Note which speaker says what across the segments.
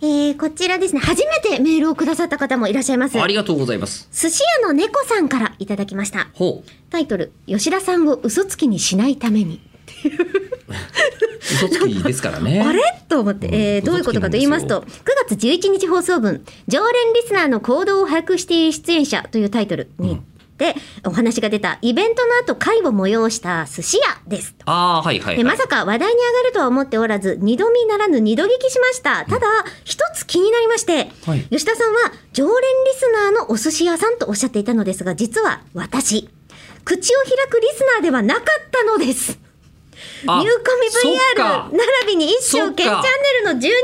Speaker 1: ー、こちらですね、初めてメールをくださった方もいらっしゃいます。
Speaker 2: ありがとうございます。
Speaker 1: 寿司屋の猫さんからいただきました。
Speaker 2: ほう。
Speaker 1: タイトル、吉田さんを嘘つきにしないために。
Speaker 2: 嘘つきですからね。
Speaker 1: あれと思って、えー
Speaker 2: うん
Speaker 1: どういうことかと言いますと、9月11日放送分、常連リスナーの行動を把握している出演者というタイトルに、で、お話が出た、イベントの後会を催した寿司屋です。
Speaker 2: ああ、はいはい、は
Speaker 1: え
Speaker 2: い。
Speaker 1: まさか話題に上がるとは思っておらず、二度見ならぬ二度聞きしました。ただ、一つ気になりまして、
Speaker 2: はい
Speaker 1: 吉田さんは常連リスナーのお寿司屋さんとおっしゃっていたのですが、実は私、口を開くリスナーではなかったのです。
Speaker 2: あ
Speaker 1: ニューコミ
Speaker 2: そっ
Speaker 1: VR
Speaker 2: か
Speaker 1: 並びに一生懸チャンネルの住人で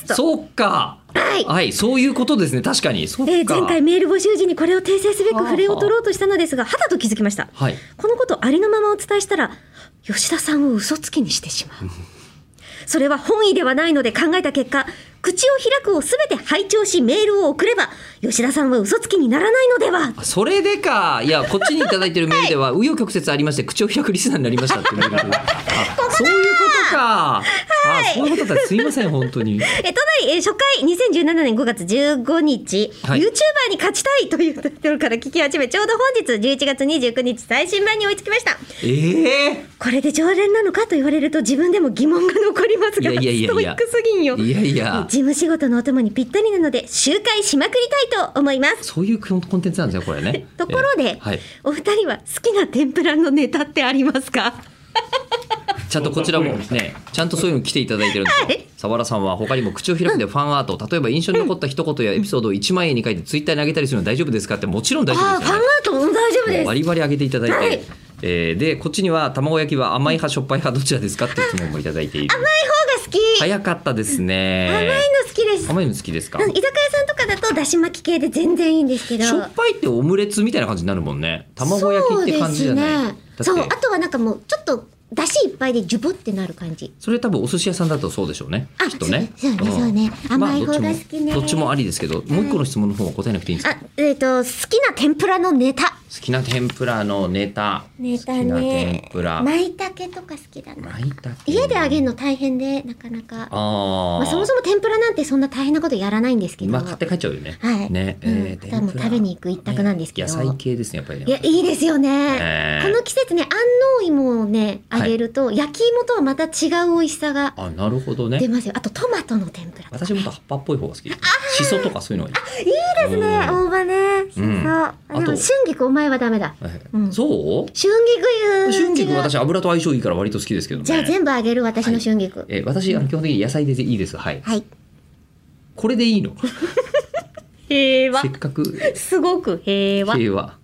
Speaker 1: すと。
Speaker 2: そうか。
Speaker 1: はい
Speaker 2: そういうことですね。確かに。そうか。
Speaker 1: えー前回メール募集時にこれを訂正すべく触れを取ろうとしたのですが、肌と気づきました。
Speaker 2: はい。
Speaker 1: このことをありのままお伝えしたら吉田さんを嘘つきにしてしまうそれは本意ではないので考えた結果口を開くをすべて拝聴しメールを送れば吉田さんは嘘つきにならないのでは
Speaker 2: あそれでか。いや、こっちにいただいてるメールでは、紆余曲折ありまして、口を開くリスナーになりましたっていうメールが あるあそういうことか。あ、そういうことだ。すいません、本当に。
Speaker 1: え都内、えー初回2017年5月15日、
Speaker 2: はい
Speaker 1: YouTuber に勝ちたいというタイトルから聞き始めちょうど本日11月29日最新版に追いつきました
Speaker 2: ええ
Speaker 1: これで常連なのかと言われると自分でも疑問が残りますが
Speaker 2: いやいやいやい
Speaker 1: ス
Speaker 2: や
Speaker 1: トイックすぎんよ
Speaker 2: いやいや
Speaker 1: 事。務仕事のお供にぴったりなので周回しまくりたいと思います。
Speaker 2: そういうコンテンツなんですよ、これね
Speaker 1: ところで、
Speaker 2: えーはい。
Speaker 1: お二人は好きな天ぷらのネタってありますか
Speaker 2: ちゃんとこちらもね、ちゃんとそういうの来ていただいてるんです
Speaker 1: は
Speaker 2: よ。サワラさんは他にも口を開くでファンアート、例えば印象に残った一言やエピソードを1万円に書いてツイッターに上げたりするのは大丈夫ですかってもちろん大丈
Speaker 1: ああフ
Speaker 2: 夫です
Speaker 1: ァンアー
Speaker 2: よね。
Speaker 1: トも大丈夫
Speaker 2: も
Speaker 1: で
Speaker 2: う
Speaker 1: す
Speaker 2: 割り割り上げていただいて、
Speaker 1: はい
Speaker 2: えーでこっちには卵焼きは甘い派しょっぱい派どちらですかっていう質問もいただいている。
Speaker 1: 方が好き、
Speaker 2: 早かったです
Speaker 1: 甘い
Speaker 2: ね。
Speaker 1: の好きです
Speaker 2: 甘いの好きですか
Speaker 1: う。ん居酒屋さんとかだとだし巻き系で全然いいんですけど
Speaker 2: しょっぱいってオムレツみたいな感じになるもんね。卵焼きって感じじゃない。だ
Speaker 1: そう,、
Speaker 2: っ
Speaker 1: ね、そう
Speaker 2: て
Speaker 1: あとはなんかもうちょっとだしいっぱいでジュボってなる感じ
Speaker 2: それ多分お寿司屋さんだとそうでしょうね。
Speaker 1: あ
Speaker 2: きっとね。
Speaker 1: そうそうねそうね
Speaker 2: ん
Speaker 1: 甘い方が好きね
Speaker 2: まあどっちもどっちもありですけど、もう一個の質問の方は答えなくていいんですか。
Speaker 1: あえっ、と好きな天ぷらのネタ
Speaker 2: 好きな天ぷらのネタ。
Speaker 1: ネタ
Speaker 2: 好きな
Speaker 1: ね
Speaker 2: 天ぷら。
Speaker 1: まいたけとか好きだな
Speaker 2: まいたけ
Speaker 1: 家で揚げるの大変でなかなか
Speaker 2: ああ。
Speaker 1: まあ、そもそも天ぷらなんてそんな大変なことやらないんですけど、
Speaker 2: まあ買って帰っちゃうよね。
Speaker 1: はい
Speaker 2: ね、
Speaker 1: うん
Speaker 2: えー
Speaker 1: ただもう
Speaker 2: 天ぷら
Speaker 1: 食べに行く一択なんですけど
Speaker 2: はい野菜系ですね、やっぱり
Speaker 1: いや
Speaker 2: ね。
Speaker 1: いいですよね、
Speaker 2: ね
Speaker 1: この季節ね安納芋をね揚げると、焼き芋とはまた違う美味しさが
Speaker 2: あ、なるほど
Speaker 1: 出
Speaker 2: ね。
Speaker 1: ますよあとトマトの天ぷらとか
Speaker 2: 私もっと葉っぱっぽい方が好きです。シソとかそういうのがいい。
Speaker 1: いいですね
Speaker 2: うん
Speaker 1: 大葉ねそう
Speaker 2: うん
Speaker 1: あ
Speaker 2: あ
Speaker 1: でも
Speaker 2: と
Speaker 1: 春菊お前はダメだ
Speaker 2: はい
Speaker 1: うん
Speaker 2: そう？
Speaker 1: 春菊いう
Speaker 2: 春菊
Speaker 1: 違う
Speaker 2: 私油と相性いいから割と好きですけどね。
Speaker 1: じゃあ全部揚げる私の春菊はい、
Speaker 2: えー私あの基本的に野菜でいいです。はい。これでいいの。
Speaker 1: 平
Speaker 2: せっかく
Speaker 1: すごく平
Speaker 2: 平和。